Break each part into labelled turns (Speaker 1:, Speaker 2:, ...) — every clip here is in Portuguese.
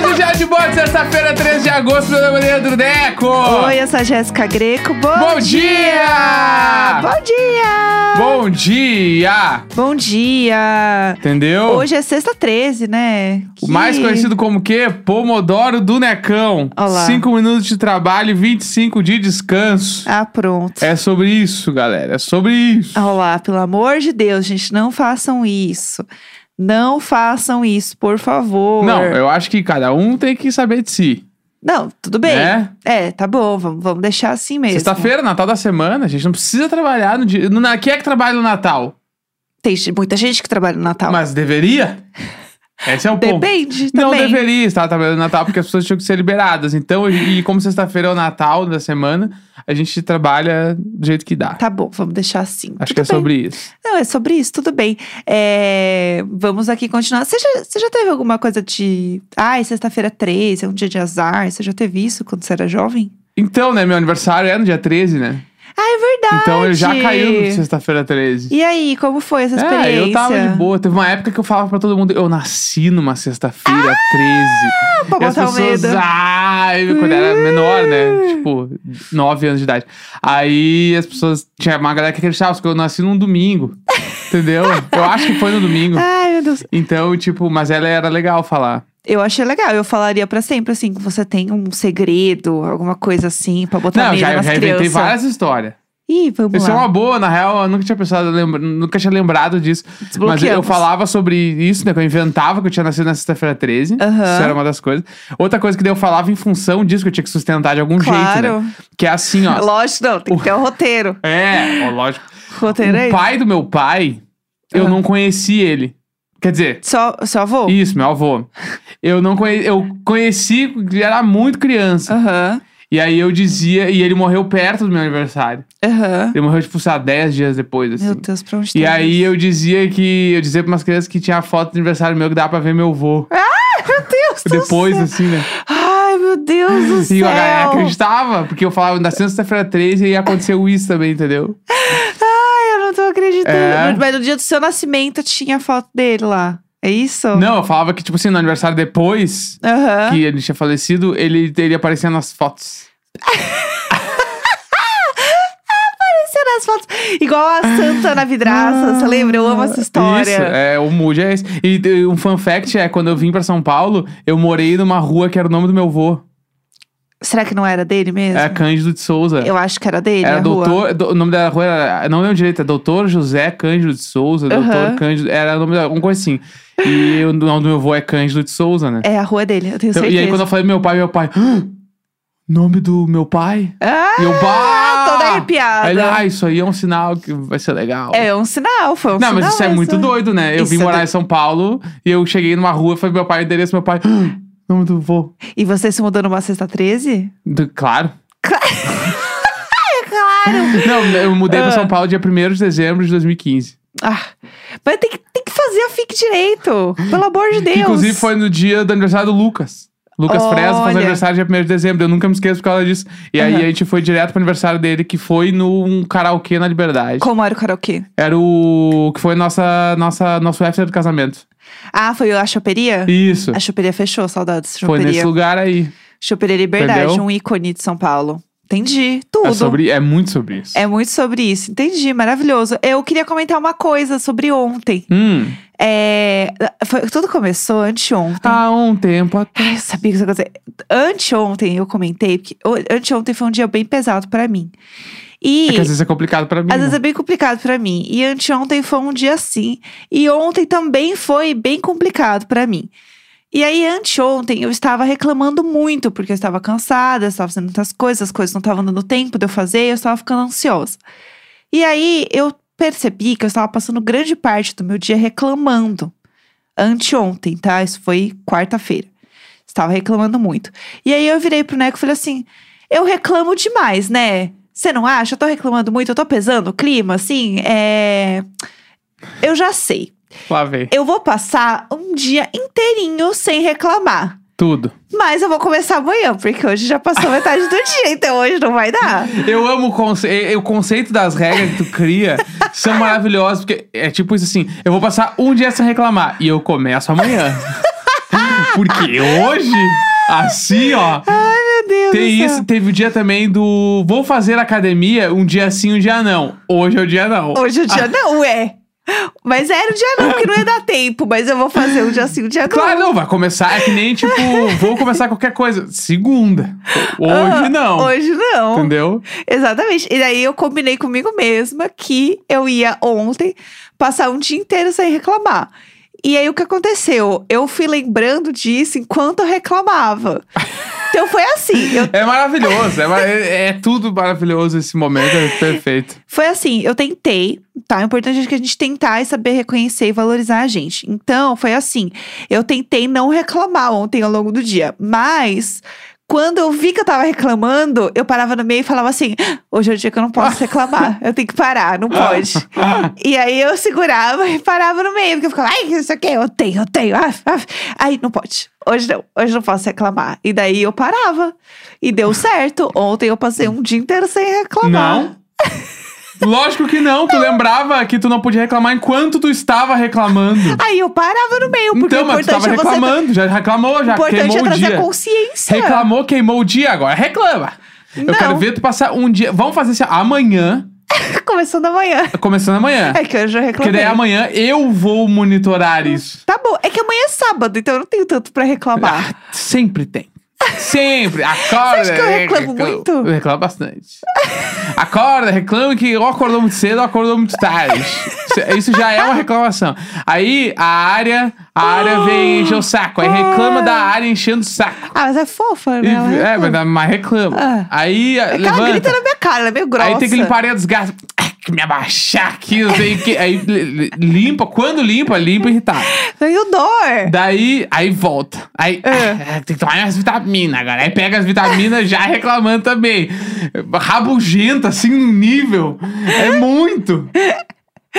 Speaker 1: um de boa, sexta-feira, 13 de agosto, meu nome é Leandro Deco.
Speaker 2: Oi, eu sou a Jéssica Greco. Bom,
Speaker 1: Bom dia!
Speaker 2: Bom dia!
Speaker 1: Bom dia!
Speaker 2: Bom dia!
Speaker 1: Entendeu?
Speaker 2: Hoje é sexta 13, né?
Speaker 1: O mais conhecido como o quê? Pomodoro do Necão.
Speaker 2: Ó lá.
Speaker 1: 5 minutos de trabalho e 25 de descanso.
Speaker 2: Ah, pronto.
Speaker 1: É sobre isso, galera. É sobre isso.
Speaker 2: Olha lá, pelo amor de Deus, gente, não façam isso. Não façam isso, por favor.
Speaker 1: Não, é- eu acho que cada um tem que saber de si.
Speaker 2: Não, tudo bem.
Speaker 1: Né?
Speaker 2: É, tá bom, vamos, vamos deixar assim mesmo.
Speaker 1: Sexta-feira, Natal da semana, a gente não precisa trabalhar no dia. No, na, quem é que trabalha no Natal?
Speaker 2: Tem gente- muita gente que trabalha no Natal.
Speaker 1: Mas deveria? Esse é o ponto.
Speaker 2: Depende
Speaker 1: Não
Speaker 2: também.
Speaker 1: deveria estar trabalhando no Natal, porque as pessoas tinham que ser liberadas. Então, e e como sexta-feira é o Natal da semana, a gente trabalha do jeito que dá.
Speaker 2: Tá bom, vamos deixar assim.
Speaker 1: Acho
Speaker 2: Tudo
Speaker 1: que é
Speaker 2: bem.
Speaker 1: sobre isso.
Speaker 2: Não, é sobre isso, tudo bem. É, vamos aqui continuar. Você já, você já teve alguma coisa de. Ai, sexta-feira 13, é um dia de azar? Você já teve isso quando você era jovem?
Speaker 1: Então, né, meu aniversário é no dia 13, né?
Speaker 2: Ah, é verdade!
Speaker 1: Então eu já caí no sexta-feira 13.
Speaker 2: E aí, como foi essa experiência?
Speaker 1: É, eu tava de boa. Teve uma época que eu falava pra todo mundo, eu nasci numa sexta-feira 13.
Speaker 2: Ah, pra
Speaker 1: E as
Speaker 2: botar o
Speaker 1: pessoas,
Speaker 2: medo. Hum.
Speaker 1: ai, quando era menor, né? Tipo, 9 anos de idade. Aí as pessoas, tinha uma galera que acreditava, que eu nasci num domingo. entendeu? Eu acho que foi no domingo.
Speaker 2: Ai, meu Deus.
Speaker 1: Então, tipo, mas ela era legal falar.
Speaker 2: Eu achei legal, eu falaria pra sempre assim: que você tem um segredo, alguma coisa assim, pra botar
Speaker 1: Não,
Speaker 2: medo
Speaker 1: já,
Speaker 2: nas
Speaker 1: já inventei
Speaker 2: crianças.
Speaker 1: várias histórias.
Speaker 2: Ih, vamos
Speaker 1: Isso é
Speaker 2: lá.
Speaker 1: uma boa, na real, eu nunca tinha pensado, lembra- nunca tinha lembrado disso. Mas eu
Speaker 2: Desbloqueamos.
Speaker 1: falava sobre isso, né? Que eu inventava que eu tinha nascido na sexta-feira 13.
Speaker 2: Aham.
Speaker 1: Isso era uma das coisas. Outra coisa que daí eu falava em função disso, que eu tinha que sustentar de algum jeito, né?
Speaker 2: Claro.
Speaker 1: Que é assim, ó.
Speaker 2: Lógico, não, tem que ter o roteiro.
Speaker 1: É, ó, lógico.
Speaker 2: Roteiro é aí.
Speaker 1: O pai do meu pai, eu
Speaker 2: Ah.
Speaker 1: não conheci ele. Quer dizer,
Speaker 2: Só, só avô?
Speaker 1: isso, meu avô. Eu não conheci, eu conheci, ele era muito criança.
Speaker 2: Aham.
Speaker 1: E aí eu dizia, e ele morreu perto do meu aniversário.
Speaker 2: Aham.
Speaker 1: Ele morreu, tipo, sei lá, 10 dias depois, assim.
Speaker 2: Ah. Meu Deus, pra onde
Speaker 1: E
Speaker 2: tá
Speaker 1: aí eu dizia que. Eu dizia pra umas crianças que tinha a foto do aniversário meu que dava pra ver meu avô.
Speaker 2: Meu Deus do
Speaker 1: depois,
Speaker 2: céu.
Speaker 1: assim, né?
Speaker 2: Ai, meu Deus do céu.
Speaker 1: E a galera acreditava, porque eu falava na sexta-feira 13 e aconteceu isso também, entendeu?
Speaker 2: Ai, eu não tô acreditando.
Speaker 1: É.
Speaker 2: Mas no dia do seu nascimento tinha a foto dele lá. É isso?
Speaker 1: Não, eu falava que, tipo assim, no aniversário depois
Speaker 2: Aham.
Speaker 1: que ele tinha falecido, ele, ele aparecia nas fotos.
Speaker 2: Apareceram as fotos. Igual a Santa na vidraça. Você lembra? Eu amo essa história.
Speaker 1: Ah, Isso, é, o mood é esse. E, e um fun fact é, quando eu vim pra São Paulo, eu morei numa rua que era o nome do meu avô.
Speaker 2: Será que não era dele mesmo?
Speaker 1: Era Cândido de Souza.
Speaker 2: Eu acho que era dele.
Speaker 1: É. Era
Speaker 2: a rua.
Speaker 1: doutor, do- o nome da rua era, não lembro direito, é doutor José Cândido de Souza, doutor
Speaker 2: Aham.
Speaker 1: Cândido, era o nome da, alguma coisa assim. E o nome do meu avô é Cândido de Souza, né?
Speaker 2: É a rua dele, eu tenho
Speaker 1: Então,
Speaker 2: certeza.
Speaker 1: e aí quando eu falei pro meu pai, meu pai, "Ah, nome do meu pai?
Speaker 2: Ah,
Speaker 1: E eu, bah!
Speaker 2: toda arrepiada.
Speaker 1: Aí ele, ah, isso aí é um sinal que vai ser legal.
Speaker 2: É um sinal, foi um
Speaker 1: Não,
Speaker 2: sinal.
Speaker 1: mas isso é muito
Speaker 2: mesmo.
Speaker 1: doido, né? Eu
Speaker 2: Isso
Speaker 1: vim
Speaker 2: é
Speaker 1: morar
Speaker 2: doido.
Speaker 1: em São Paulo e eu cheguei numa rua, falei pro meu pai o endereço, meu pai, "Ah, nome do vô.
Speaker 2: E você se mudou numa sexta 13?
Speaker 1: Do- claro.
Speaker 2: Claro!
Speaker 1: Não, eu mudei pra São Paulo dia 1 de dezembro de 2015.
Speaker 2: Ah, mas tem que, tem que fazer a FIC direito. Pelo amor de Deus.
Speaker 1: Que, inclusive foi no dia do aniversário do Lucas. Lucas
Speaker 2: Olha.
Speaker 1: Fresno faz aniversário dia 1 de dezembro. Eu nunca me esqueço por causa disso. E aí
Speaker 2: Aham.
Speaker 1: a gente foi direto pro aniversário dele, que foi num karaokê na Liberdade.
Speaker 2: Como era o karaokê?
Speaker 1: Era o. que foi nossa, nossa, nosso after do casamento.
Speaker 2: Ah, foi a choperia?
Speaker 1: Isso.
Speaker 2: A choperia fechou, saudades.
Speaker 1: Foi
Speaker 2: Choperia.
Speaker 1: nesse lugar aí. É
Speaker 2: Choperia Liberdade,
Speaker 1: Entendeu?
Speaker 2: um ícone de São Paulo. Entendi. Tudo.
Speaker 1: É, sobre, é muito sobre isso.
Speaker 2: É muito sobre isso. Entendi, maravilhoso. Eu queria comentar uma coisa sobre ontem.
Speaker 1: Hum.
Speaker 2: É, foi- tudo começou anteontem.
Speaker 1: Há um tempo atrás.
Speaker 2: Ai, eu sabia que isso ia acontecer. Anteontem eu comentei, porque o- anteontem foi um dia bem pesado pra mim. E
Speaker 1: É que às vezes é complicado pra mim.
Speaker 2: Às
Speaker 1: né?
Speaker 2: vezes é bem complicado pra mim. E anteontem foi um dia assim. E ontem também foi bem complicado pra mim. E aí, anteontem, eu estava reclamando muito, porque eu estava cansada, eu estava fazendo muitas coisas, as coisas não estavam dando tempo de eu fazer, eu estava ficando ansiosa. E aí, eu percebi que eu estava passando grande parte do meu dia reclamando. Anteontem, tá? Isso foi quarta-feira. Estava reclamando muito. E aí, eu virei pro Neco e falei assim: eu reclamo demais, né? Você não acha? Eu tô reclamando muito, eu tô pesando o clima, assim, é. Eu já sei.
Speaker 1: Lá vem.
Speaker 2: Eu vou passar um dia inteirinho sem reclamar.
Speaker 1: Tudo.
Speaker 2: Mas eu vou começar amanhã, porque hoje já passou metade do dia, então hoje não vai dar.
Speaker 1: Eu amo o, conce- e- e o conceito das regras que tu cria são maravilhosas, porque é tipo isso assim: eu vou passar um dia sem reclamar e eu começo amanhã. porque hoje Assim, ó.
Speaker 2: Meu Deus
Speaker 1: Tem
Speaker 2: do céu.
Speaker 1: isso, teve o dia também do vou fazer academia, um dia sim, um dia não. Hoje é o dia não.
Speaker 2: Hoje o dia
Speaker 1: Ah.
Speaker 2: não é. Mas era o dia não, que não ia dar tempo. Mas eu vou fazer o dia sim, o dia
Speaker 1: Ah,
Speaker 2: não.
Speaker 1: Claro, não, vai começar. É que nem tipo, vou começar qualquer coisa. Segunda. Hoje
Speaker 2: Ah,
Speaker 1: não.
Speaker 2: Hoje não.
Speaker 1: Entendeu?
Speaker 2: Exatamente. E daí eu combinei comigo mesma que eu ia ontem passar um dia inteiro sem reclamar. E aí o que aconteceu? Eu fui lembrando disso enquanto eu reclamava. então foi assim. eu-
Speaker 1: É maravilhoso. É, ma- é- é tudo maravilhoso esse momento. É perfeito.
Speaker 2: foi assim, eu tentei, tá? O importante é que a gente tentar e saber reconhecer e valorizar a gente. Então, foi assim. Eu tentei não reclamar ontem ao longo do dia, mas. Quando eu vi que eu tava reclamando, eu parava no meio e falava assim: "Ah, hoje é o dia que eu não posso reclamar. Eu tenho que parar, não pode. E aí eu segurava e parava no meio, porque eu ficava, ai, isso aqui, eu tenho, eu tenho. Af, af. Aí não pode. Hoje não, hoje não posso reclamar. E daí eu parava. E deu certo. Ontem eu passei um dia inteiro sem reclamar.
Speaker 1: Não. Lógico que não. Tu lembrava que tu não podia reclamar enquanto tu estava reclamando.
Speaker 2: Aí eu parava no meio, porque
Speaker 1: Então,
Speaker 2: o
Speaker 1: mas tu
Speaker 2: importante
Speaker 1: tava
Speaker 2: é você.
Speaker 1: reclamando. Já reclamou,
Speaker 2: o
Speaker 1: já
Speaker 2: importante
Speaker 1: queimou
Speaker 2: é
Speaker 1: o
Speaker 2: trazer
Speaker 1: dia.
Speaker 2: consciência.
Speaker 1: Reclamou, queimou o dia, agora reclama.
Speaker 2: Não.
Speaker 1: Eu quero ver tu passar um dia. Vamos fazer assim, ó, amanhã, tá
Speaker 2: Começando amanhã.
Speaker 1: começando amanhã.
Speaker 2: É que hoje eu
Speaker 1: Porque
Speaker 2: reclamei.
Speaker 1: daí amanhã eu vou monitorar isso.
Speaker 2: Tá bom, é que amanhã é sábado, então eu não tenho tanto pra reclamar.
Speaker 1: Ah. Sempre tem. Sempre. Acorda.
Speaker 2: Você acha que eu reclamo muito?
Speaker 1: Eu reclamo bastante. Acorda, reclama que ou acordou muito cedo ou acordou muito tarde. Isso- Isso já é uma reclamação. Aí a área, a área vem encher o saco. Aí reclama da área enchendo o saco.
Speaker 2: Ah, mas é fofa,
Speaker 1: E-
Speaker 2: né? Ah! Ela
Speaker 1: é, mas
Speaker 2: reclama.
Speaker 1: dá- mas reclama.
Speaker 2: Ah.
Speaker 1: Aí eh,
Speaker 2: É que ela
Speaker 1: levanta.
Speaker 2: grita na minha cara, ela é meio grossa.
Speaker 1: Aí tem que limpar a areia dos gatos. Ah, que me abaixar aqui, não sei o que. Aí li- li- limpa, quando limpa, limpa irritado.
Speaker 2: Veio dor.
Speaker 1: Daí, aí volta. Aí
Speaker 2: É.
Speaker 1: ah, tem que tomar as vitaminas agora. Aí pega as vitaminas já reclamando também. Rabugenta, assim, no nível. É muito.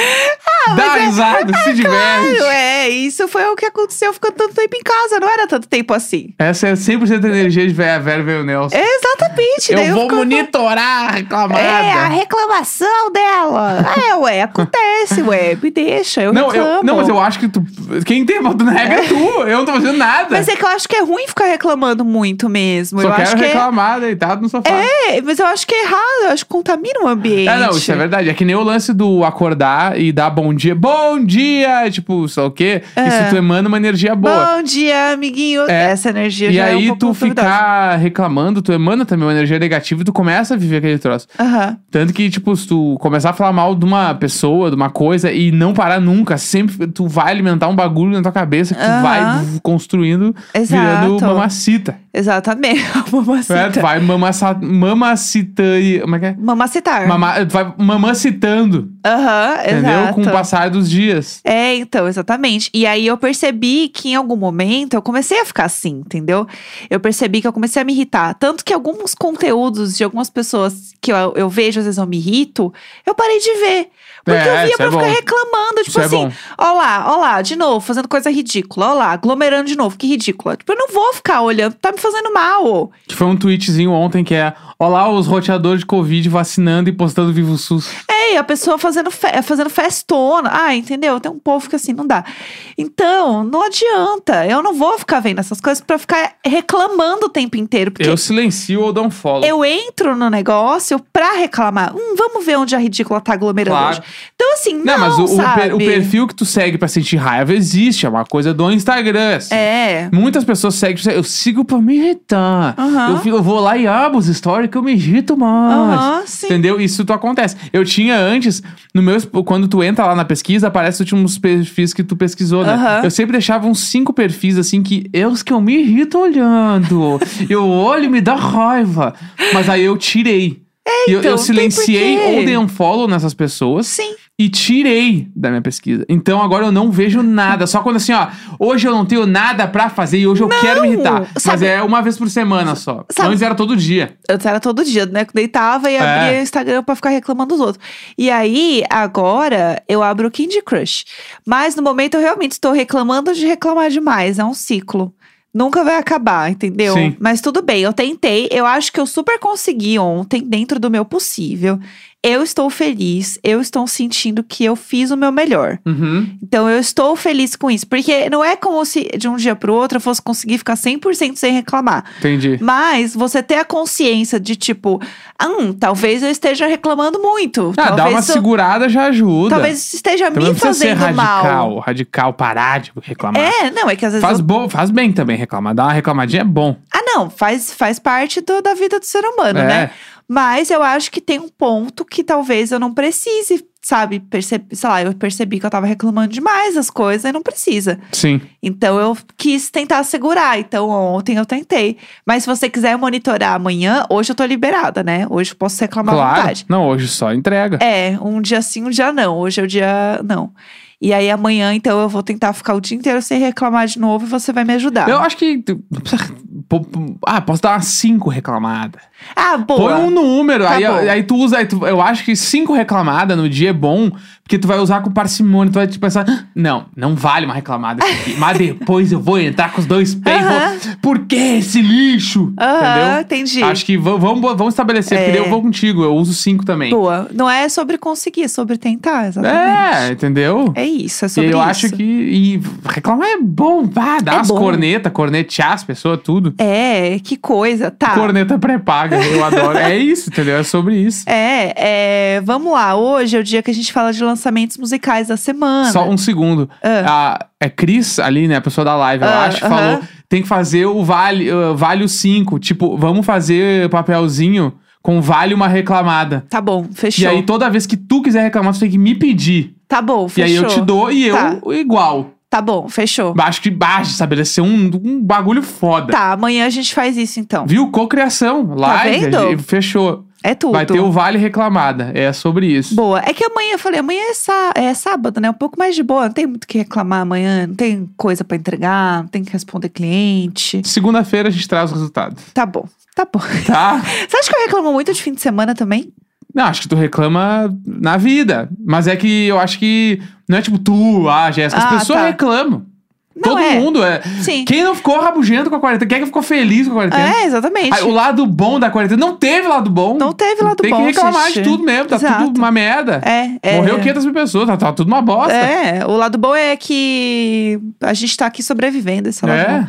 Speaker 2: Ah,
Speaker 1: Dá risada, se diverte.
Speaker 2: é- Claro, é, isso foi o que aconteceu ficando tanto tempo em casa, não era tanto tempo assim.
Speaker 1: Essa é 100% da energia de Véia Vera e Véio Nelson.
Speaker 2: Exatamente, É, daí
Speaker 1: Eu vou
Speaker 2: fico-
Speaker 1: monitorar a reclamada.
Speaker 2: É, a reclamação dela. É, ué, acontece, ué, me deixa, eu
Speaker 1: Não,
Speaker 2: reclamo.
Speaker 1: eu, não, mas eu acho que tu. Quem tem a bota na regra é tu. Eu não tô fazendo nada.
Speaker 2: Mas é que eu acho que é ruim ficar reclamando muito mesmo.
Speaker 1: Só
Speaker 2: eu
Speaker 1: quero
Speaker 2: acho que é-
Speaker 1: reclamar, deitado no sofá.
Speaker 2: É, mas eu acho que é errado, eu acho que contamina o ambiente.
Speaker 1: Ah, não, isso é verdade. É que nem o lance do acordar e dar bom dia. Bom dia! Tipo, sei lá o quê. Isso tu emana uma energia boa.
Speaker 2: É. Bom dia, amiguinho.
Speaker 1: É.
Speaker 2: Essa energia
Speaker 1: E
Speaker 2: já é um
Speaker 1: aí
Speaker 2: pouco
Speaker 1: tu
Speaker 2: duvidosa.
Speaker 1: ficar reclamando, tu emana também uma energia negativa e tu começa a viver aquele troço.
Speaker 2: Aham.
Speaker 1: Tanto que, tipo, se tu começar a falar mal de uma pessoa, de uma coisa e não parar nunca, sempre tu vai alimentar um bagulho na tua cabeça que
Speaker 2: Aham.
Speaker 1: tu vai construindo,
Speaker 2: Exato.
Speaker 1: virando mamacita.
Speaker 2: Exatamente.
Speaker 1: É, tu
Speaker 2: Mamacita.
Speaker 1: vai mamaça, mamacitando. Como é que é?
Speaker 2: Mamacitar.
Speaker 1: Mama, vai mamacitando,
Speaker 2: Aham,
Speaker 1: entendeu?
Speaker 2: exato.
Speaker 1: Com o passar dos dias.
Speaker 2: É, então, exatamente. E aí eu percebi que em algum momento eu comecei a ficar assim, entendeu? Eu percebi que eu comecei a me irritar. Tanto que alguns conteúdos de algumas pessoas que eu, eu vejo, às vezes eu me irrito, eu parei de ver. Porque
Speaker 1: É,
Speaker 2: eu via
Speaker 1: isso
Speaker 2: pra
Speaker 1: é
Speaker 2: ficar
Speaker 1: bom.
Speaker 2: reclamando, tipo
Speaker 1: Isso é
Speaker 2: assim,
Speaker 1: bom.
Speaker 2: ó lá, ó lá, de novo, fazendo coisa ridícula, ó lá, aglomerando de novo, que ridícula. Tipo, eu não vou ficar olhando, tá me fazendo mal.
Speaker 1: Que foi um tweetzinho ontem que é: Olá, os roteadores de Covid vacinando e postando Vivo SUS.
Speaker 2: É, e a pessoa fazendo, fe- fazendo festona. Ah, entendeu? Tem um povo que assim não dá. Então, não adianta. Eu não vou ficar vendo essas coisas pra ficar reclamando o tempo inteiro. Porque
Speaker 1: Eu silencio ou dou um follow.
Speaker 2: eu entro no negócio pra reclamar. Hum, vamos ver onde a ridícula tá aglomerando
Speaker 1: Claro.
Speaker 2: hoje. Então, assim, não,
Speaker 1: Não, mas o, o
Speaker 2: sabe?
Speaker 1: per- o perfil que tu segue pra sentir raiva existe, é uma coisa do Instagram. assim.
Speaker 2: É.
Speaker 1: Muitas pessoas seguem, tipo, eu sigo pra me irritar.
Speaker 2: Aham.
Speaker 1: Eu, fi- eu vou lá e abro os stories que eu me irrito mais.
Speaker 2: Aham, sim.
Speaker 1: Entendeu? Isso tu acontece. Eu tinha antes, no meu, quando tu entra lá na pesquisa, aparece os últimos perfis que tu pesquisou, né?
Speaker 2: Aham.
Speaker 1: Eu sempre deixava uns cinco perfis assim que é os que eu me irrito olhando. eu olho e me dá raiva. Mas aí eu tirei. E eu,
Speaker 2: então,
Speaker 1: eu
Speaker 2: tem
Speaker 1: silenciei
Speaker 2: porquê.
Speaker 1: ou dei um follow nessas pessoas
Speaker 2: Sim.
Speaker 1: e tirei da minha pesquisa. Então agora eu não vejo nada. Só quando assim, ó, hoje eu não tenho nada pra fazer e hoje eu quero me irritar. Mas
Speaker 2: Sabe-
Speaker 1: é uma vez por semana só.
Speaker 2: Sabe-
Speaker 1: Antes era todo dia.
Speaker 2: Antes era todo dia, né? Que Deitava e
Speaker 1: É.
Speaker 2: abria o Instagram pra ficar reclamando dos outros. E aí, agora, eu abro o Candy Crush. Mas no momento eu realmente estou reclamando de reclamar demais. É um ciclo. Nunca vai acabar, entendeu?
Speaker 1: Sim.
Speaker 2: Mas tudo bem, eu tentei. Eu acho que eu super consegui ontem, dentro do meu possível, Eu estou feliz, eu estou sentindo que eu fiz o meu melhor.
Speaker 1: Uhum.
Speaker 2: Então eu estou feliz com isso. Porque não é como se de um dia pro outro eu fosse conseguir ficar 100% sem reclamar.
Speaker 1: Entendi.
Speaker 2: Mas você ter a consciência de tipo, hum, talvez eu esteja reclamando muito.
Speaker 1: Ah, dá
Speaker 2: talvez
Speaker 1: uma
Speaker 2: eu-
Speaker 1: segurada já ajuda.
Speaker 2: Talvez isso esteja
Speaker 1: Também
Speaker 2: me
Speaker 1: não precisa ser
Speaker 2: fazendo
Speaker 1: radical,
Speaker 2: mal.
Speaker 1: radical, parar de reclamar.
Speaker 2: É, não, é que às vezes.
Speaker 1: Faz,
Speaker 2: eu-
Speaker 1: bo... faz bem também reclamar. Dar uma reclamadinha é bom.
Speaker 2: Ah, não, faz, faz parte do- da vida do ser humano,
Speaker 1: é.
Speaker 2: né? Mas eu acho que tem um ponto que talvez eu não precise, sabe? Percebi, sei lá, eu percebi que eu tava reclamando demais das coisas e não precisa.
Speaker 1: Sim.
Speaker 2: Então eu quis tentar segurar. Então ontem eu tentei. Mas se você quiser monitorar amanhã, hoje eu tô liberada, né? Hoje eu posso reclamar à
Speaker 1: claro.
Speaker 2: vontade.
Speaker 1: Não, hoje só entrega.
Speaker 2: É, um dia sim, um dia não. Hoje é o dia não. E aí amanhã, então, eu vou tentar ficar o dia inteiro sem reclamar de novo e você vai me ajudar.
Speaker 1: Eu acho que. pô, pô, Ah, posso dar umas cinco reclamadas.
Speaker 2: Ah, boa.
Speaker 1: Põe um número,
Speaker 2: Tá
Speaker 1: aí,
Speaker 2: bom.
Speaker 1: aí tu usa. aí tu- eu acho que cinco reclamadas no dia é bom, porque tu vai usar com parcimônia. Tu vai tipo, pensar, "Ah, não, não vale uma reclamada isso aqui. mas depois eu vou entrar com os dois pés. e vou,
Speaker 2: Aham.
Speaker 1: Por que esse lixo?
Speaker 2: Aham,
Speaker 1: Entendeu?
Speaker 2: entendi.
Speaker 1: Acho que va- vamos, vamos estabelecer,
Speaker 2: É.
Speaker 1: porque daí eu vou contigo, eu uso cinco também.
Speaker 2: Boa. Não é sobre conseguir, é sobre tentar,
Speaker 1: É,
Speaker 2: exatamente.
Speaker 1: entendeu?
Speaker 2: É, isso, é
Speaker 1: E
Speaker 2: sobre
Speaker 1: eu
Speaker 2: isso.
Speaker 1: acho que. E reclamar é bom, vá, dá
Speaker 2: É
Speaker 1: umas
Speaker 2: bom.
Speaker 1: cornetas, cornetear as pessoas, tudo.
Speaker 2: É, que coisa, tá.
Speaker 1: Corneta pré-paga, eu adoro. É isso, entendeu? É sobre isso.
Speaker 2: É, é, vamos lá. Hoje é o dia que a gente fala de lançamentos musicais da semana.
Speaker 1: Só um segundo. A, é Cris ali, né? A pessoa da live, eu
Speaker 2: Ah,
Speaker 1: acho,
Speaker 2: aham.
Speaker 1: falou: tem que fazer o vale, uh, vale o 5. Tipo, vamos fazer papelzinho com vale uma reclamada.
Speaker 2: Tá bom, fechou.
Speaker 1: E aí, toda vez que tu quiser reclamar, tu tem que me pedir.
Speaker 2: Tá bom, fechou.
Speaker 1: E aí eu te dou e eu
Speaker 2: Tá.
Speaker 1: igual.
Speaker 2: Tá bom, fechou.
Speaker 1: Acho que basta estabelecer um, um bagulho foda.
Speaker 2: Tá, amanhã a gente faz isso então.
Speaker 1: Viu? Cocriação, live,
Speaker 2: Tá vendo?
Speaker 1: a gente- fechou.
Speaker 2: É tudo.
Speaker 1: Vai ter o Vale Reclamada. É sobre isso.
Speaker 2: Boa. É que amanhã, eu falei, amanhã é, sá- é sábado, né? Um pouco mais de boa. Não tem muito o que reclamar amanhã. Não tem coisa pra entregar. Não tem que responder cliente.
Speaker 1: Segunda-feira a gente traz o resultado,
Speaker 2: Tá bom. Tá bom.
Speaker 1: tá?
Speaker 2: Você acha que eu reclamo muito de fim de semana também?
Speaker 1: não, acho que tu reclama na vida. Mas é que eu acho que. Não é tipo tu, a Jéssica.
Speaker 2: Ah,
Speaker 1: As pessoas
Speaker 2: tá.
Speaker 1: reclamam.
Speaker 2: Não
Speaker 1: Todo
Speaker 2: é.
Speaker 1: mundo é.
Speaker 2: Sim.
Speaker 1: Quem não ficou rabugento com a quarentena? Quem é que ficou feliz com a quarentena?
Speaker 2: É, exatamente.
Speaker 1: Aí, o lado bom da quarentena. Não teve lado bom.
Speaker 2: Não teve lado
Speaker 1: Tem
Speaker 2: bom,
Speaker 1: que reclamar de
Speaker 2: gente.
Speaker 1: tudo mesmo. Tá
Speaker 2: Exato.
Speaker 1: tudo uma merda.
Speaker 2: É, é.
Speaker 1: Morreu 500 mil pessoas. Tá, tá tudo uma bosta.
Speaker 2: É, o lado bom é que a gente tá aqui sobrevivendo, esse é o lado
Speaker 1: É.
Speaker 2: bom.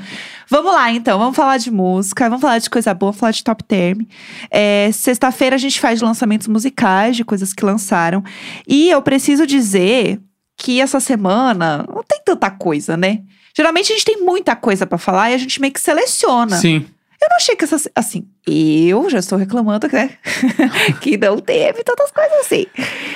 Speaker 2: Vamos lá, então, vamos falar de música, vamos falar de coisa boa, vamos falar de top term. É, Sexta-feira a gente faz lançamentos musicais, de coisas que lançaram. E eu preciso dizer que essa semana não tem tanta coisa, né? Geralmente a gente tem muita coisa pra falar e a gente meio que seleciona.
Speaker 1: Sim.
Speaker 2: Eu não achei que essa. se- Assim, eu já estou reclamando, né? que não teve tantas coisas assim.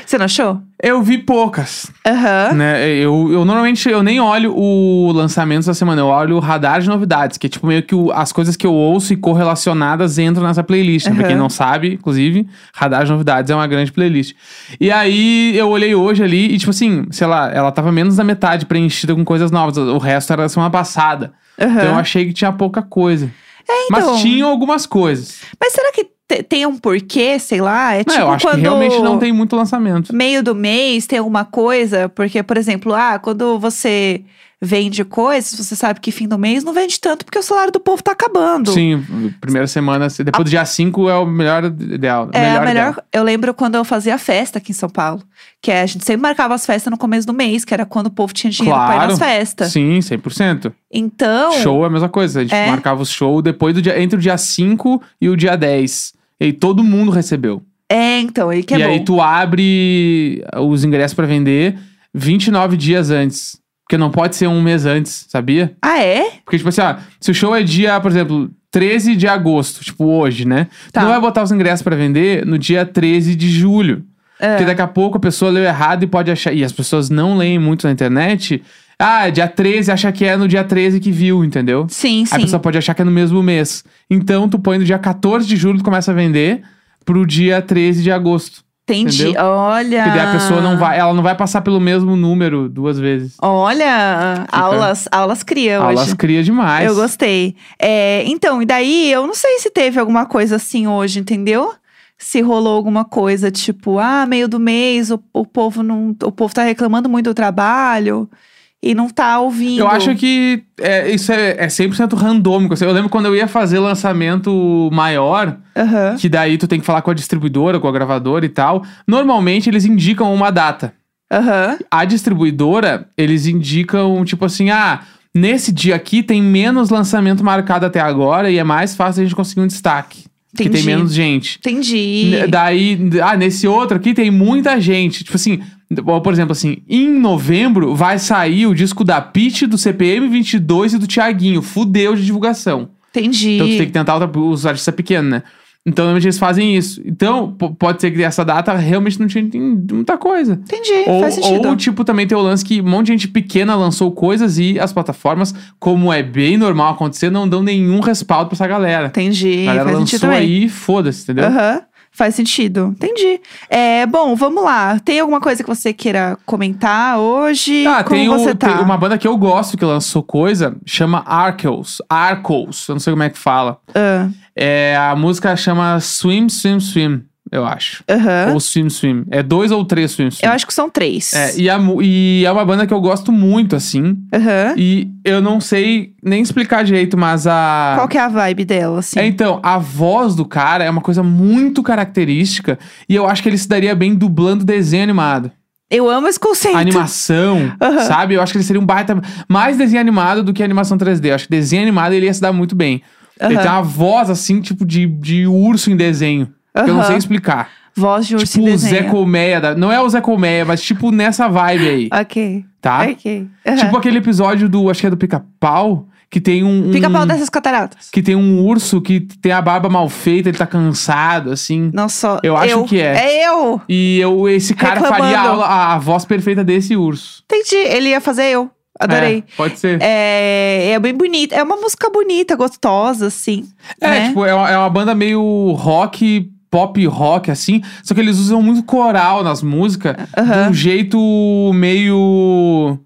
Speaker 2: Você não achou?
Speaker 1: Eu vi poucas.
Speaker 2: Aham.
Speaker 1: né? Eu, eu normalmente eu nem olho o lançamento da semana, eu olho o radar de novidades, que é tipo meio que o- as coisas que eu ouço e correlacionadas entram nessa playlist. Né? Pra quem
Speaker 2: Aham.
Speaker 1: não sabe, inclusive, radar de novidades é uma grande playlist. E aí eu olhei hoje ali e, tipo assim, sei lá, ela tava menos da metade preenchida com coisas novas. O resto era da semana passada.
Speaker 2: aham.
Speaker 1: Então eu achei que tinha pouca coisa.
Speaker 2: então.
Speaker 1: Mas tinham algumas coisas.
Speaker 2: Mas será que te- tem um porquê, sei lá? É
Speaker 1: Não,
Speaker 2: tipo
Speaker 1: eu acho
Speaker 2: quando
Speaker 1: que realmente não tem muito lançamento.
Speaker 2: meio do mês tem alguma coisa, porque, por exemplo, ah, quando você vende coisas, você sabe que fim do mês não vende tanto porque o salário do povo tá acabando.
Speaker 1: Sim, primeira semana, se- depois do dia 5 é o melhor ideal.
Speaker 2: É a
Speaker 1: ideal.
Speaker 2: melhor. Eu lembro quando eu fazia festa aqui em São Paulo. Que é, a gente sempre marcava as festas no começo do mês, que era quando o povo tinha dinheiro pra ir
Speaker 1: Claro.
Speaker 2: nas festas.
Speaker 1: Sim, 100%.
Speaker 2: Então.
Speaker 1: Show é a mesma coisa. A gente
Speaker 2: É.
Speaker 1: marcava o show depois do dia, entre o dia 5 e o dia 10. E aí todo mundo recebeu.
Speaker 2: É, então, aí que é
Speaker 1: e
Speaker 2: bom.
Speaker 1: aí tu abre os ingressos pra vender 29 dias antes. Porque não pode ser um mês antes, sabia?
Speaker 2: Ah, é?
Speaker 1: Porque, tipo assim, ó, se o show é dia, por exemplo, 13 de agosto, tipo hoje, né?
Speaker 2: Tá.
Speaker 1: Tu não vai botar os ingressos pra vender no dia 13 de julho.
Speaker 2: É.
Speaker 1: Porque daqui a pouco a pessoa leu errado e pode achar. E as pessoas não leem muito na internet. Ah, é dia 13, acha que é no dia 13 que viu, entendeu?
Speaker 2: Sim,
Speaker 1: Aí a
Speaker 2: sim.
Speaker 1: pessoa pode achar que é no mesmo mês. Então, tu põe no dia 14 de julho, tu começa a vender pro dia 13 de agosto.
Speaker 2: Entendi.
Speaker 1: entendeu?
Speaker 2: Olha.
Speaker 1: Porque daí a
Speaker 2: Ah.
Speaker 1: pessoa não vai, ela não vai passar pelo mesmo número duas vezes.
Speaker 2: Olha, aulas, aulas cria hoje.
Speaker 1: Aulas cria demais.
Speaker 2: Eu gostei. É, então, e daí eu não sei se teve alguma coisa assim hoje, entendeu? Se rolou alguma coisa tipo, ah, meio do mês, o, o povo não, o povo tá reclamando muito do trabalho. e não tá ouvindo.
Speaker 1: Eu acho que é, isso é, é 100% randômico. assim. Eu lembro quando eu ia fazer lançamento maior,
Speaker 2: Aham.
Speaker 1: que daí tu tem que falar com a distribuidora, com a gravadora e tal. Normalmente eles indicam uma data.
Speaker 2: Aham.
Speaker 1: A distribuidora, eles indicam, tipo assim, ah, nesse dia aqui tem menos lançamento marcado até agora e é mais fácil a gente conseguir um destaque. Que tem
Speaker 2: Entendi.
Speaker 1: menos gente.
Speaker 2: Entendi.
Speaker 1: N- Daí, ah, nesse outro aqui tem muita gente. Tipo assim, bom, por exemplo, assim, em novembro vai sair o disco da Pete, do CPM 22 e do Tiaguinho. Fudeu de divulgação.
Speaker 2: Entendi.
Speaker 1: Então tu tem que tentar outra, os artistas pequenos, né? Então, normalmente eles fazem isso. Então, po- pode ser que essa data realmente não tinha tem muita coisa.
Speaker 2: Entendi,
Speaker 1: Ou,
Speaker 2: faz sentido.
Speaker 1: ou, tipo, também tem o lance que um monte de gente pequena lançou coisas e as plataformas, como é bem normal acontecer, não dão nenhum respaldo pra essa galera.
Speaker 2: Entendi,
Speaker 1: a galera
Speaker 2: faz
Speaker 1: lançou
Speaker 2: sentido também.
Speaker 1: aí, foda-se, entendeu?
Speaker 2: Aham, Faz sentido. Entendi. É, bom, vamos lá. Tem alguma coisa que você queira comentar hoje?
Speaker 1: Ah,
Speaker 2: Como
Speaker 1: tem, o-
Speaker 2: você tá?
Speaker 1: tem uma banda que eu gosto que lançou coisa, chama Arcos. Arcos, eu não sei como é que fala.
Speaker 2: Ah,
Speaker 1: É, a música chama Swim, Swim, Swim, eu acho.
Speaker 2: Aham.
Speaker 1: Ou Swim, Swim. É dois ou três Swim, Swim.
Speaker 2: Eu acho que são três.
Speaker 1: É, e, a mu- e é uma banda que eu gosto muito, assim.
Speaker 2: Aham.
Speaker 1: E eu não sei nem explicar direito, mas a.
Speaker 2: Qual que é a vibe dela, assim?
Speaker 1: É, então, a voz do cara é uma coisa muito característica. E eu acho que ele se daria bem dublando desenho animado.
Speaker 2: Eu amo esse conceito.
Speaker 1: A animação,
Speaker 2: Aham.
Speaker 1: sabe? Eu acho que ele seria um baita. Mais desenho animado do que animação 3D. Eu acho que desenho animado ele ia se dar muito bem. Ele
Speaker 2: Aham.
Speaker 1: tem uma voz assim, tipo de, de urso em desenho. Que eu não
Speaker 2: Aham.
Speaker 1: sei explicar.
Speaker 2: Voz de urso
Speaker 1: tipo
Speaker 2: em
Speaker 1: o Zé
Speaker 2: desenho.
Speaker 1: Colmeia. da- Não é o Zé Colmeia, mas tipo nessa vibe aí,
Speaker 2: Ok,
Speaker 1: tá?
Speaker 2: ok. Aham.
Speaker 1: Tipo aquele episódio do. Acho que é do Pica-Pau. Que tem um. um-
Speaker 2: Pica-pau dessas cataratas.
Speaker 1: Que tem um urso que tem a barba mal feita, ele tá cansado, assim.
Speaker 2: Não só.
Speaker 1: Eu acho que é.
Speaker 2: É eu!
Speaker 1: E eu, esse cara faria a,
Speaker 2: Reclamando.
Speaker 1: a- a voz perfeita desse urso.
Speaker 2: Entendi. Ele ia fazer eu. Adorei.
Speaker 1: É, pode ser.
Speaker 2: É, é bem bonita. É uma música bonita, gostosa, assim.
Speaker 1: É,
Speaker 2: né?
Speaker 1: tipo, é uma, é uma banda meio rock, pop rock, assim. Só que eles usam muito coral nas músicas. De
Speaker 2: Aham.
Speaker 1: um jeito meio.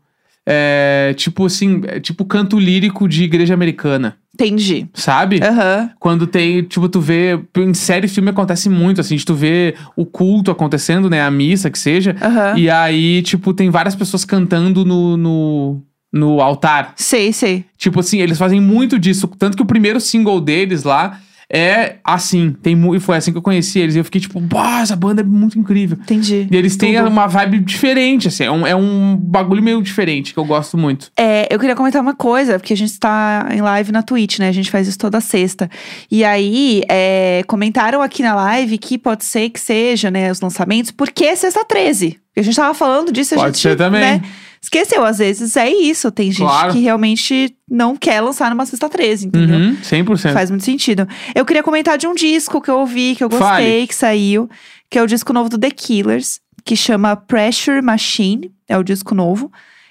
Speaker 1: é, tipo assim, é tipo canto lírico de igreja americana,
Speaker 2: Entendi.
Speaker 1: sabe?
Speaker 2: Aham.
Speaker 1: Quando tem, tipo, tu vê. Em série e filme acontece muito, assim, de tu vê o culto acontecendo, né? A missa que seja.
Speaker 2: Aham.
Speaker 1: E aí, tipo, tem várias pessoas cantando no, no, no altar.
Speaker 2: Sei, sei.
Speaker 1: Tipo assim, eles fazem muito disso. Tanto que o primeiro single deles lá é assim. Tem mu- e foi assim que eu conheci eles. E eu fiquei tipo, "Bah, essa banda é muito incrível.
Speaker 2: Entendi.
Speaker 1: E eles têm
Speaker 2: Tudo.
Speaker 1: uma vibe diferente, assim. É um, é um bagulho meio diferente que eu gosto muito.
Speaker 2: É, eu queria comentar uma coisa, porque a gente tá em live na Twitch, né? A gente faz isso toda sexta. E aí, é, comentaram aqui na live que pode ser que seja, né, os lançamentos, porque sexta 13. Porque a gente tava falando disso, a
Speaker 1: Pode
Speaker 2: gente.
Speaker 1: ser também.
Speaker 2: né, esqueceu, às vezes é isso. Tem gente
Speaker 1: Claro.
Speaker 2: que realmente não quer lançar numa sexta 13, entendeu?
Speaker 1: Uhum, 100%.
Speaker 2: Faz muito sentido. Eu queria comentar de um disco que eu ouvi, que eu gostei,
Speaker 1: Fale.
Speaker 2: que saiu, que é o disco novo do The Killers, que chama Pressure Machine, é o disco novo.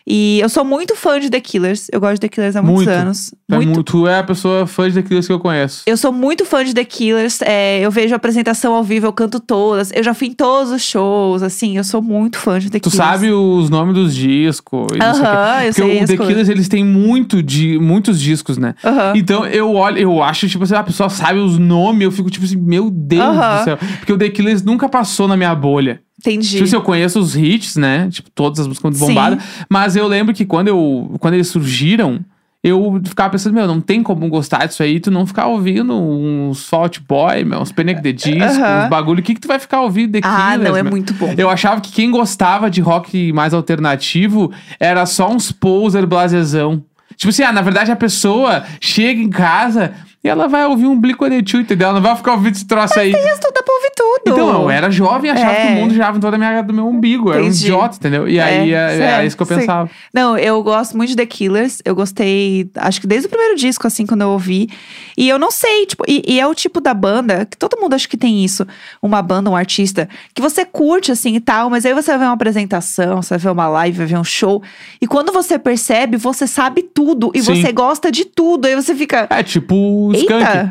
Speaker 2: E eu sou muito fã de The Killers, eu gosto de The Killers há muitos
Speaker 1: Muito.
Speaker 2: anos.
Speaker 1: Tu é
Speaker 2: Muito.
Speaker 1: mu- Tu é a pessoa fã de daqueles que eu conheço.
Speaker 2: Eu sou muito fã de The Killers, é, eu vejo a apresentação ao vivo, eu canto todas, eu já fui em todos os shows, assim, eu sou muito fã de The
Speaker 1: Tu
Speaker 2: Killers.
Speaker 1: sabe os nomes dos discos. e não sei o quê.
Speaker 2: Aham, eu
Speaker 1: Porque
Speaker 2: sei
Speaker 1: o
Speaker 2: as
Speaker 1: The
Speaker 2: coisas.
Speaker 1: Killers, eles têm muito de, muitos discos, né?
Speaker 2: Aham.
Speaker 1: Então eu olho, eu acho, tipo assim, a pessoa sabe os nomes, eu fico tipo assim, meu Deus do
Speaker 2: Aham.
Speaker 1: céu. Porque o The Killers nunca passou na minha bolha.
Speaker 2: Entendi.
Speaker 1: Tipo assim, eu conheço os hits, né? Tipo, todas as músicas muito
Speaker 2: Sim.
Speaker 1: bombadas. Mas eu lembro que quando, eu, quando eles surgiram, eu ficava pensando, meu, não tem como gostar disso aí, tu não ficar ouvindo uns Fault Boy, meu, uns Panic! The Disco,
Speaker 2: Aham.
Speaker 1: uns bagulho. O que, que tu vai ficar ouvindo The Killers? né?
Speaker 2: ah, não, é
Speaker 1: meu?
Speaker 2: muito bom.
Speaker 1: Eu achava que quem gostava de rock mais alternativo era só uns poser blasezão. Tipo assim, ah, na verdade a pessoa chega em casa e ela vai ouvir um Blink-182, entendeu? Ela não vai ficar ouvindo esse troço aí.
Speaker 2: Mas tu dá pra ouvir tudo.
Speaker 1: Então, eu era jovem e achava
Speaker 2: É.
Speaker 1: que o mundo girava em toda a minha, do meu umbigo. Era um
Speaker 2: Entendi.
Speaker 1: idiota, entendeu? E aí
Speaker 2: É,
Speaker 1: é, era
Speaker 2: é,
Speaker 1: isso que eu
Speaker 2: sim.
Speaker 1: pensava.
Speaker 2: Não, eu gosto muito de The Killers. Eu gostei, acho que desde o primeiro disco, assim, quando eu ouvi. E eu não sei, tipo, e, e é o tipo da banda, que todo mundo acha que tem isso, uma banda, um artista, que você curte, assim e tal, mas aí você vai ver uma apresentação, você vai ver uma live, vai ver um show. E quando você percebe, você sabe tudo e
Speaker 1: Sim.
Speaker 2: você gosta de tudo. Aí você fica.
Speaker 1: É tipo o
Speaker 2: Eita!
Speaker 1: Skank.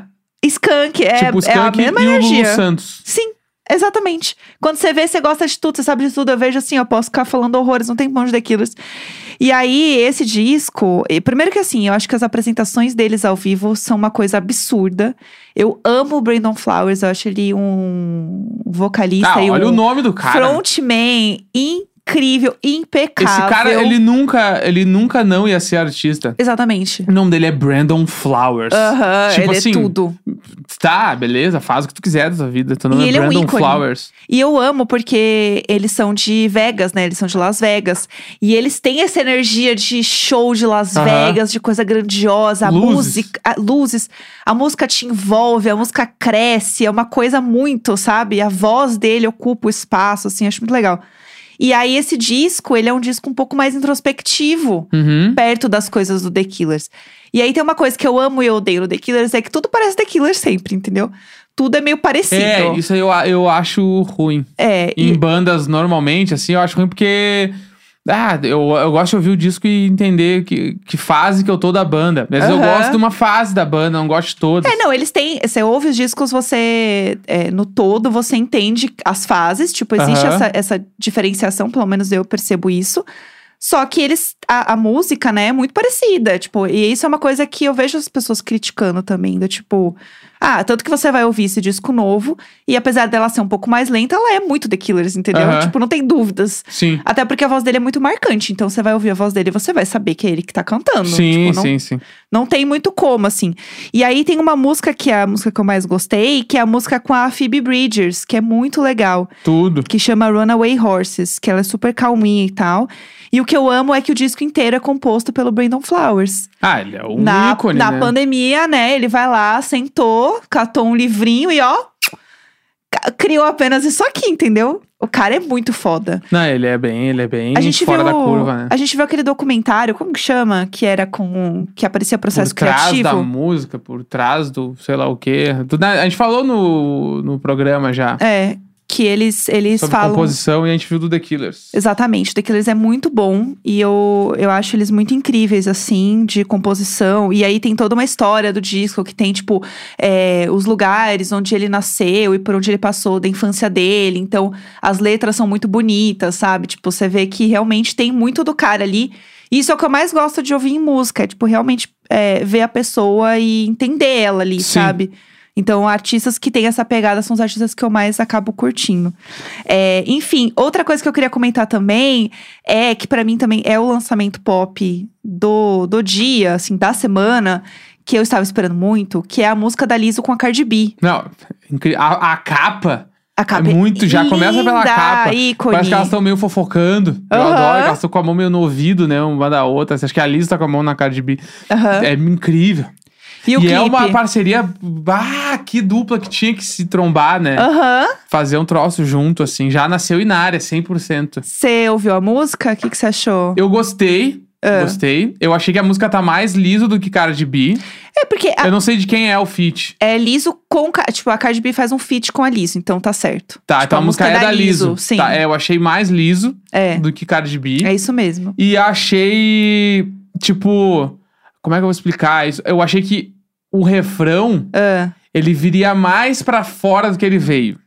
Speaker 2: Skunk, é,
Speaker 1: tipo o
Speaker 2: é a
Speaker 1: Skank
Speaker 2: mesma
Speaker 1: e o
Speaker 2: energia.
Speaker 1: Lulu Santos.
Speaker 2: Sim, exatamente. Quando você vê, você gosta de tudo, você sabe de tudo. Eu vejo assim, eu posso ficar falando horrores, não tem pão de daquilos. E aí, esse disco. e Primeiro que assim, eu acho que as apresentações deles ao vivo são uma coisa absurda. Eu amo o Brandon Flowers, eu acho ele um vocalista
Speaker 1: Ah,
Speaker 2: e
Speaker 1: olha o
Speaker 2: um
Speaker 1: nome do cara.
Speaker 2: frontman incrível. incrível, impecável.
Speaker 1: Esse cara, ele nunca, ele nunca não ia ser artista.
Speaker 2: Exatamente.
Speaker 1: O nome dele é Brandon Flowers.
Speaker 2: Aham,
Speaker 1: Tipo
Speaker 2: ele
Speaker 1: assim,
Speaker 2: é tudo.
Speaker 1: Tá, beleza, faz o que tu quiser da tua vida. Teu nome
Speaker 2: E
Speaker 1: é
Speaker 2: ele é um
Speaker 1: Brandon
Speaker 2: ícone.
Speaker 1: Flowers.
Speaker 2: E eu amo porque eles são de Vegas, né? Eles são de Las Vegas. E eles têm essa energia de show de Las
Speaker 1: Aham.
Speaker 2: Vegas, de coisa grandiosa, a
Speaker 1: Luzes.
Speaker 2: música, a- luzes. A música te envolve, a música cresce, é uma coisa muito, sabe? A voz dele ocupa o espaço, assim, acho muito legal. E aí esse disco, ele é um disco um pouco mais introspectivo
Speaker 1: Uhum.
Speaker 2: perto das coisas do The Killers. E aí tem uma coisa que eu amo e eu odeio no The Killers, é que tudo parece The Killers sempre, entendeu? Tudo é meio parecido.
Speaker 1: É, isso aí eu, a- eu acho ruim.
Speaker 2: É,
Speaker 1: Em
Speaker 2: e,
Speaker 1: bandas, normalmente, assim, eu acho ruim porque... Ah, eu, eu gosto de ouvir o disco e entender que, que fase que eu tô da banda. Às vezes eu
Speaker 2: Aham.
Speaker 1: gosto de uma fase da banda, não gosto de todas.
Speaker 2: é, não, eles têm. Você ouve os discos, você. é, no todo, você entende as fases. Tipo, existe
Speaker 1: Aham.
Speaker 2: essa, essa diferenciação, pelo menos eu percebo isso. Só que eles. A, a música, né, é muito parecida. Tipo, e isso é uma coisa que eu vejo as pessoas criticando também. Do tipo. Ah, tanto que você vai ouvir esse disco novo. E apesar dela ser um pouco mais lenta, ela é muito The Killers, entendeu?
Speaker 1: Aham.
Speaker 2: Tipo, não tem dúvidas.
Speaker 1: Sim.
Speaker 2: Até porque a voz dele é muito marcante, então você vai ouvir a voz dele e você vai saber que é ele que tá cantando.
Speaker 1: Sim,
Speaker 2: Tipo, não,
Speaker 1: sim, sim.
Speaker 2: não tem muito como, assim. E aí tem uma música que é a música que eu mais gostei, que é a música com a Phoebe Bridgers, que é muito legal,
Speaker 1: Tudo.
Speaker 2: que chama Runaway Horses, que ela é super calminha e tal. E o que eu amo é que o disco inteiro é composto pelo Brandon Flowers.
Speaker 1: Ah, ele é um
Speaker 2: na
Speaker 1: ícone,
Speaker 2: na
Speaker 1: né?
Speaker 2: pandemia, né? Ele vai lá, sentou, catou um livrinho e ó. ca- Criou apenas isso aqui, entendeu? O cara é muito foda.
Speaker 1: Não, ele é bem, ele é bem
Speaker 2: A gente
Speaker 1: fora
Speaker 2: viu,
Speaker 1: da curva, né?
Speaker 2: A gente viu aquele documentário, como que chama? Que era com. Que aparecia processo
Speaker 1: por trás
Speaker 2: criativo.
Speaker 1: da música, por trás do sei lá o quê. Do- na- a gente falou no, no programa já
Speaker 2: É. Que eles, eles
Speaker 1: sobre
Speaker 2: falam.
Speaker 1: composição e a gente viu do The Killers.
Speaker 2: Exatamente, o The Killers é muito bom e eu, eu acho eles muito incríveis, assim, de composição. E aí tem toda uma história do disco que tem, tipo, é, os lugares onde ele nasceu e por onde ele passou da infância dele. Então, as letras são muito bonitas, sabe? Tipo, você vê que realmente tem muito do cara ali. E Isso é o que eu mais gosto de ouvir em música, é, tipo, realmente é, ver a pessoa e entender ela ali,
Speaker 1: Sim.
Speaker 2: sabe? Então, artistas que têm essa pegada são os artistas que eu mais acabo curtindo. É, enfim, outra coisa que eu queria comentar também é que pra mim também é o lançamento pop do, do dia, assim, da semana, que eu estava esperando muito, que é a música da Lizzo com a Cardi B.
Speaker 1: Não, incri- a, a capa
Speaker 2: A capa
Speaker 1: é muito, já começa pela
Speaker 2: linda,
Speaker 1: capa.
Speaker 2: ícone.
Speaker 1: Parece que elas estão meio fofocando. Eu
Speaker 2: Aham.
Speaker 1: adoro, que elas estão com a mão meio no ouvido, né? Uma da outra. Acho que a Liz tá com a mão na cara de bi.
Speaker 2: Aham.
Speaker 1: É incrível.
Speaker 2: E o
Speaker 1: é
Speaker 2: clipe?
Speaker 1: uma parceria. Ah, que dupla que tinha que se trombar, né?
Speaker 2: Aham.
Speaker 1: Fazer um troço junto, assim. Já nasceu Inária, 100%.
Speaker 2: Você ouviu a música? O que que você achou?
Speaker 1: Eu gostei. Gostei. Eu achei que a música tá mais liso do que cara de bi.
Speaker 2: É porque a-
Speaker 1: Eu não sei de quem é o feat.
Speaker 2: é Liso com. Ca- Tipo, a Cardi B faz um feat com a Liso, então tá certo.
Speaker 1: Tá,
Speaker 2: Tipo,
Speaker 1: então a música, é da liso.
Speaker 2: Sim.
Speaker 1: Tá, é, eu achei mais liso
Speaker 2: É.
Speaker 1: do que cara de bi.
Speaker 2: É isso mesmo.
Speaker 1: E achei. Tipo. Como é que eu vou explicar isso? Eu achei que o refrão
Speaker 2: Ah,
Speaker 1: ele viria mais pra fora do que ele veio.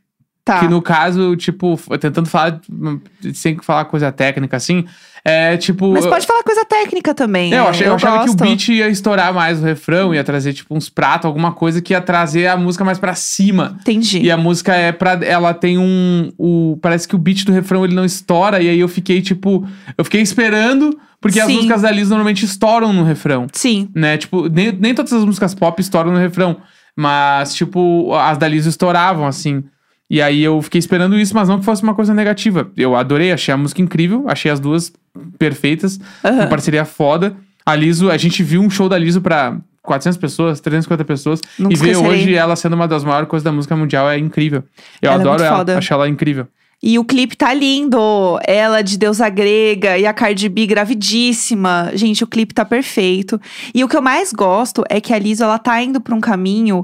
Speaker 2: tá.
Speaker 1: Que no caso, tipo, f- tentando falar hum, sem falar coisa técnica assim, é tipo.
Speaker 2: Mas
Speaker 1: eu-
Speaker 2: pode falar coisa técnica também.
Speaker 1: Eu,
Speaker 2: é,
Speaker 1: achei, eu achava que
Speaker 2: gosto.
Speaker 1: o beat ia estourar mais o refrão, ia trazer tipo uns pratos, alguma coisa que ia trazer a música mais pra cima.
Speaker 2: Entendi.
Speaker 1: E a música é pra. Ela tem um. O, parece que o beat do refrão ele não estoura, e aí eu fiquei tipo. Eu fiquei esperando, porque as
Speaker 2: Sim.
Speaker 1: músicas da Liz normalmente estouram no refrão,
Speaker 2: Sim.
Speaker 1: né? Tipo, nem, nem todas as músicas pop estouram no refrão, mas tipo, as da Liz estouravam assim. E aí eu fiquei esperando isso, mas não que fosse uma coisa negativa. Eu adorei, achei a música incrível, achei as duas perfeitas. Uma
Speaker 2: Aham.
Speaker 1: parceria foda. A Liso, a gente viu um show da Liso pra 400 pessoas, 350 pessoas.
Speaker 2: Nunca
Speaker 1: e ver
Speaker 2: esquecerei.
Speaker 1: hoje ela sendo uma das maiores coisas da música mundial é incrível. Eu
Speaker 2: Ela é
Speaker 1: adoro
Speaker 2: muito
Speaker 1: ela,
Speaker 2: foda.
Speaker 1: acho ela incrível.
Speaker 2: E o clipe tá lindo. Ela de deusa grega e a Cardi B gravidíssima. Gente, o clipe tá perfeito. E o que eu mais gosto é que a Lizzo, ela tá indo pra um caminho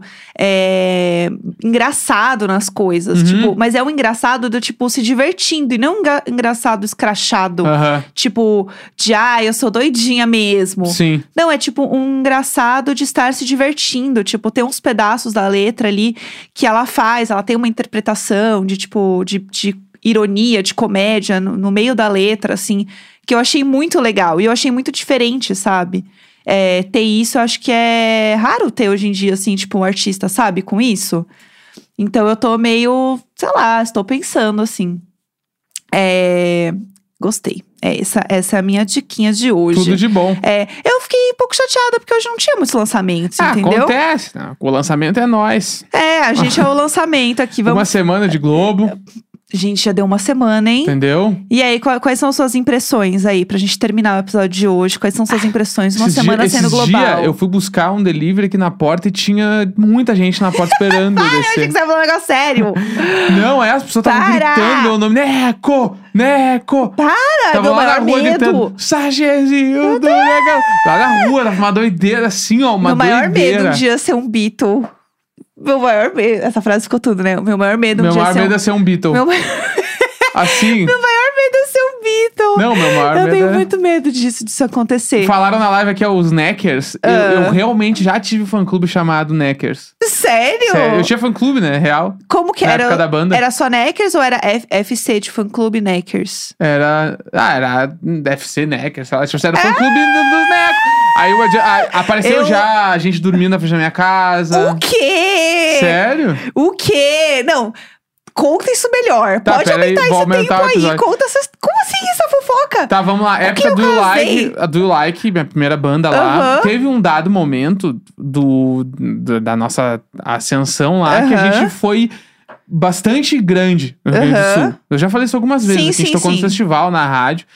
Speaker 2: é, engraçado nas coisas.
Speaker 1: Uhum.
Speaker 2: Tipo, mas é um engraçado do tipo se divertindo e não um enga- engraçado escrachado.
Speaker 1: Aham,
Speaker 2: Tipo, de ah, eu sou doidinha mesmo.
Speaker 1: Sim.
Speaker 2: Não, é tipo um engraçado de estar se divertindo. Tipo, tem uns pedaços da letra ali que ela faz, ela tem uma interpretação de tipo, de, de ironia, de comédia no, no meio da letra, assim, que eu achei muito legal. E eu achei muito diferente, sabe? É, ter isso, eu acho que é raro ter hoje em dia, assim, tipo, um artista, sabe, com isso. Então eu tô meio, sei lá, estou pensando assim. É, Gostei. É, essa, essa é a minha diquinha de hoje.
Speaker 1: Tudo de bom.
Speaker 2: É, eu fiquei um pouco chateada porque hoje não tinha muitos lançamentos,
Speaker 1: Ah,
Speaker 2: entendeu?
Speaker 1: acontece. né? O lançamento é nós.
Speaker 2: É, a gente é o lançamento aqui. Vamos...
Speaker 1: Uma semana de Globo,
Speaker 2: Gente, já deu uma semana, hein?
Speaker 1: entendeu?
Speaker 2: E aí, qua- quais são suas impressões aí? Pra gente terminar o episódio de hoje, quais são suas impressões?
Speaker 1: Ah,
Speaker 2: Uma
Speaker 1: Esses dia-
Speaker 2: semana
Speaker 1: esses
Speaker 2: sendo global.
Speaker 1: Dia, eu fui buscar um delivery aqui na porta e tinha muita gente na porta esperando eu
Speaker 2: Eu achei que
Speaker 1: descer.
Speaker 2: você ia falar um negócio sério.
Speaker 1: Não, é, as pessoas estavam
Speaker 2: Para!
Speaker 1: gritando meu nome. Neco! Neco!
Speaker 2: Para,
Speaker 1: Tava
Speaker 2: meu
Speaker 1: lá na
Speaker 2: maior
Speaker 1: rua
Speaker 2: medo.
Speaker 1: gritando. Sagezinho do Neco! Lá na rua, tava uma doideira assim, ó. Uma
Speaker 2: meu maior
Speaker 1: doideira.
Speaker 2: medo um dia ser um Beatle. Meu maior medo. Essa frase ficou tudo, né? O meu maior medo um
Speaker 1: Meu
Speaker 2: dia
Speaker 1: maior
Speaker 2: ser
Speaker 1: medo
Speaker 2: um...
Speaker 1: é ser um Beatle.
Speaker 2: Meu maior
Speaker 1: Assim.
Speaker 2: medo é ser um Beatle.
Speaker 1: Não, meu maior
Speaker 2: eu
Speaker 1: medo
Speaker 2: tenho
Speaker 1: é.
Speaker 2: muito medo disso, disso acontecer.
Speaker 1: Falaram na live aqui, ó, os Neckers. Eu- Eu,
Speaker 2: Ah.
Speaker 1: realmente já tive um fã-clube chamado Neckers.
Speaker 2: Sério?
Speaker 1: Sério, eu tinha fã-clube, né? Real.
Speaker 2: Como que
Speaker 1: na
Speaker 2: era?
Speaker 1: época da banda.
Speaker 2: Era só Neckers ou era F- FC de fã clube Neckers?
Speaker 1: Era. Ah, era FC Neckers. sei lá, Tipo, era fã-clube do- dos Neckers. Aí eu adi- a- apareceu
Speaker 2: É. Eu-
Speaker 1: já a gente dormindo na frente da minha casa.
Speaker 2: O quê?
Speaker 1: Sério?
Speaker 2: O quê? Não. Conta isso melhor.
Speaker 1: Tá,
Speaker 2: Pode
Speaker 1: peraí,
Speaker 2: aumentar
Speaker 1: vou
Speaker 2: esse
Speaker 1: aumentar o
Speaker 2: tempo aí.
Speaker 1: episódio.
Speaker 2: Conta essas. Como assim essa fofoca?
Speaker 1: Tá, vamos lá.
Speaker 2: que
Speaker 1: Época
Speaker 2: eu
Speaker 1: do You
Speaker 2: casei?
Speaker 1: Like, a do You Like, minha primeira banda lá.
Speaker 2: Aham.
Speaker 1: Teve um dado momento do, do- da nossa ascensão lá que a
Speaker 2: Aham.
Speaker 1: gente foi bastante grande no Rio Grande do
Speaker 2: Aham.
Speaker 1: Sul. Eu já falei isso algumas vezes,
Speaker 2: Sim,
Speaker 1: aqui, a gente
Speaker 2: sim,
Speaker 1: tocou
Speaker 2: sim.
Speaker 1: no festival, na rádio.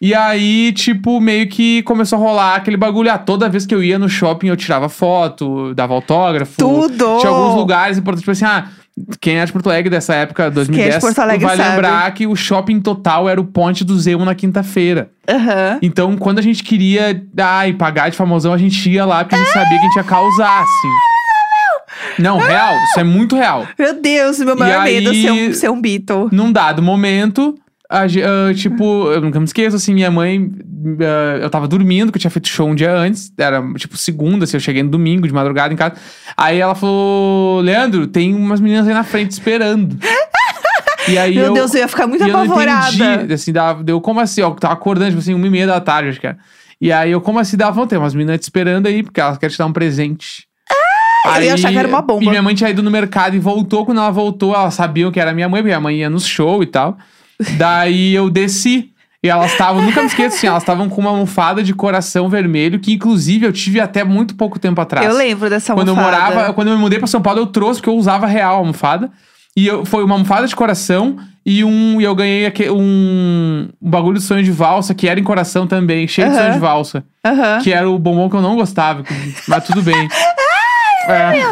Speaker 1: E aí, tipo, meio que começou a rolar aquele bagulho. Ah, toda vez que eu ia no shopping, eu tirava foto, dava autógrafo.
Speaker 2: Tudo!
Speaker 1: Tinha alguns lugares importantes, tipo assim, ah, quem é de Porto Alegre dessa época, 2010,
Speaker 2: Porto Alegre
Speaker 1: vai
Speaker 2: sabe.
Speaker 1: lembrar que o shopping total era o Ponte do Zemo na quinta-feira.
Speaker 2: Aham.
Speaker 1: Então, quando a gente queria ai, pagar de famosão, a gente ia lá porque a gente sabia que a gente ia causar, assim. Não, real, isso é muito real.
Speaker 2: Meu Deus, meu
Speaker 1: E
Speaker 2: maior
Speaker 1: aí-
Speaker 2: medo é ser um, ser um Beatle.
Speaker 1: Num dado momento, a ge- ah, tipo, eu nunca me esqueço, assim, minha mãe. ah, eu tava dormindo, que eu tinha feito show um dia antes, era tipo segunda, assim, eu cheguei no domingo, de madrugada em casa. Aí ela falou: Leandro, tem umas meninas aí na frente esperando. E aí
Speaker 2: Meu
Speaker 1: eu,
Speaker 2: Deus, eu ia ficar muito
Speaker 1: e eu não
Speaker 2: apavorada.
Speaker 1: entendi, assim, dava, deu como assim, ó, tava acordando, tipo assim, uma e meia da tarde, acho que era. E aí eu, como assim, dava, vão ter umas meninas te esperando aí, porque elas querem te dar um presente.
Speaker 2: Ah, eu ia achar que era uma bomba.
Speaker 1: E minha mãe tinha ido no mercado e voltou, quando ela voltou, elas sabiam que era minha mãe, porque minha mãe ia nos show e tal. Daí eu desci. E elas estavam, nunca me esqueço assim, elas estavam com uma almofada de coração vermelho, que inclusive eu tive até muito pouco tempo atrás.
Speaker 2: Eu lembro dessa
Speaker 1: Tá. Quando eu
Speaker 2: Tá almofada.
Speaker 1: morava, quando eu me mudei pra São Paulo, eu trouxe, porque eu usava real a almofada. E eu, foi uma almofada de coração e um. E eu ganhei aque- um, um bagulho de sonho de valsa, que era em coração também, cheio de
Speaker 2: Aham.
Speaker 1: sonho de valsa.
Speaker 2: Aham.
Speaker 1: Que era o bombom que eu não gostava, que- mas tudo bem. É.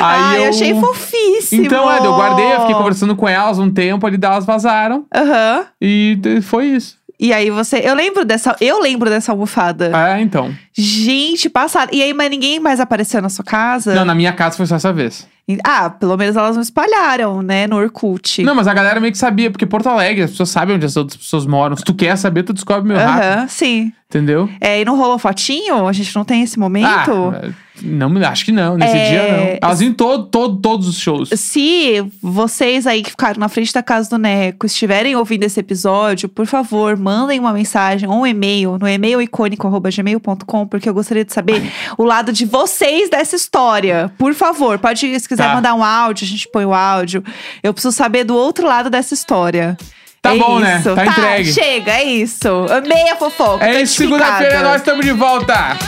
Speaker 2: Ah,
Speaker 1: Aí
Speaker 2: eu
Speaker 1: eu
Speaker 2: achei fofíssimo.
Speaker 1: Então, é, eu guardei, eu fiquei conversando com elas um tempo, ali elas vazaram.
Speaker 2: Aham.
Speaker 1: E de- foi isso.
Speaker 2: E aí você. Eu lembro dessa. Eu lembro dessa almofada.
Speaker 1: É, então.
Speaker 2: Gente, passada. E aí, mas ninguém mais apareceu na sua casa?
Speaker 1: Não, na minha casa foi só essa vez.
Speaker 2: Ah, pelo menos elas não espalharam, né? No Orkut.
Speaker 1: Não, mas a galera meio que sabia, porque Porto Alegre, as pessoas sabem onde as outras pessoas moram. Se tu quer saber, tu descobre meio rápido.
Speaker 2: Aham, sim.
Speaker 1: Entendeu?
Speaker 2: É, e não rolou fotinho? A gente não tem esse momento?
Speaker 1: Ah, não, me- acho que não. Nesse
Speaker 2: É,
Speaker 1: dia, não. Elas em todo, todo, todos os shows.
Speaker 2: Se vocês aí que ficaram na frente da casa do Neco estiverem ouvindo esse episódio, por favor, mandem uma mensagem ou um e-mail no e-mail icônico.gmail.com, porque eu gostaria de saber o lado de vocês dessa história. Por favor, pode, se quiser
Speaker 1: Tá.
Speaker 2: mandar um áudio, a gente põe o áudio. Eu preciso saber do outro lado dessa história.
Speaker 1: Tá
Speaker 2: É
Speaker 1: bom, né?
Speaker 2: isso.
Speaker 1: Tá entregue.
Speaker 2: Chega, é isso. Amei a fofoca. tô
Speaker 1: É isso,
Speaker 2: edificada.
Speaker 1: segunda-feira nós estamos de volta.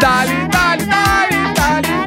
Speaker 1: Dali, dali, dali, dali, dali.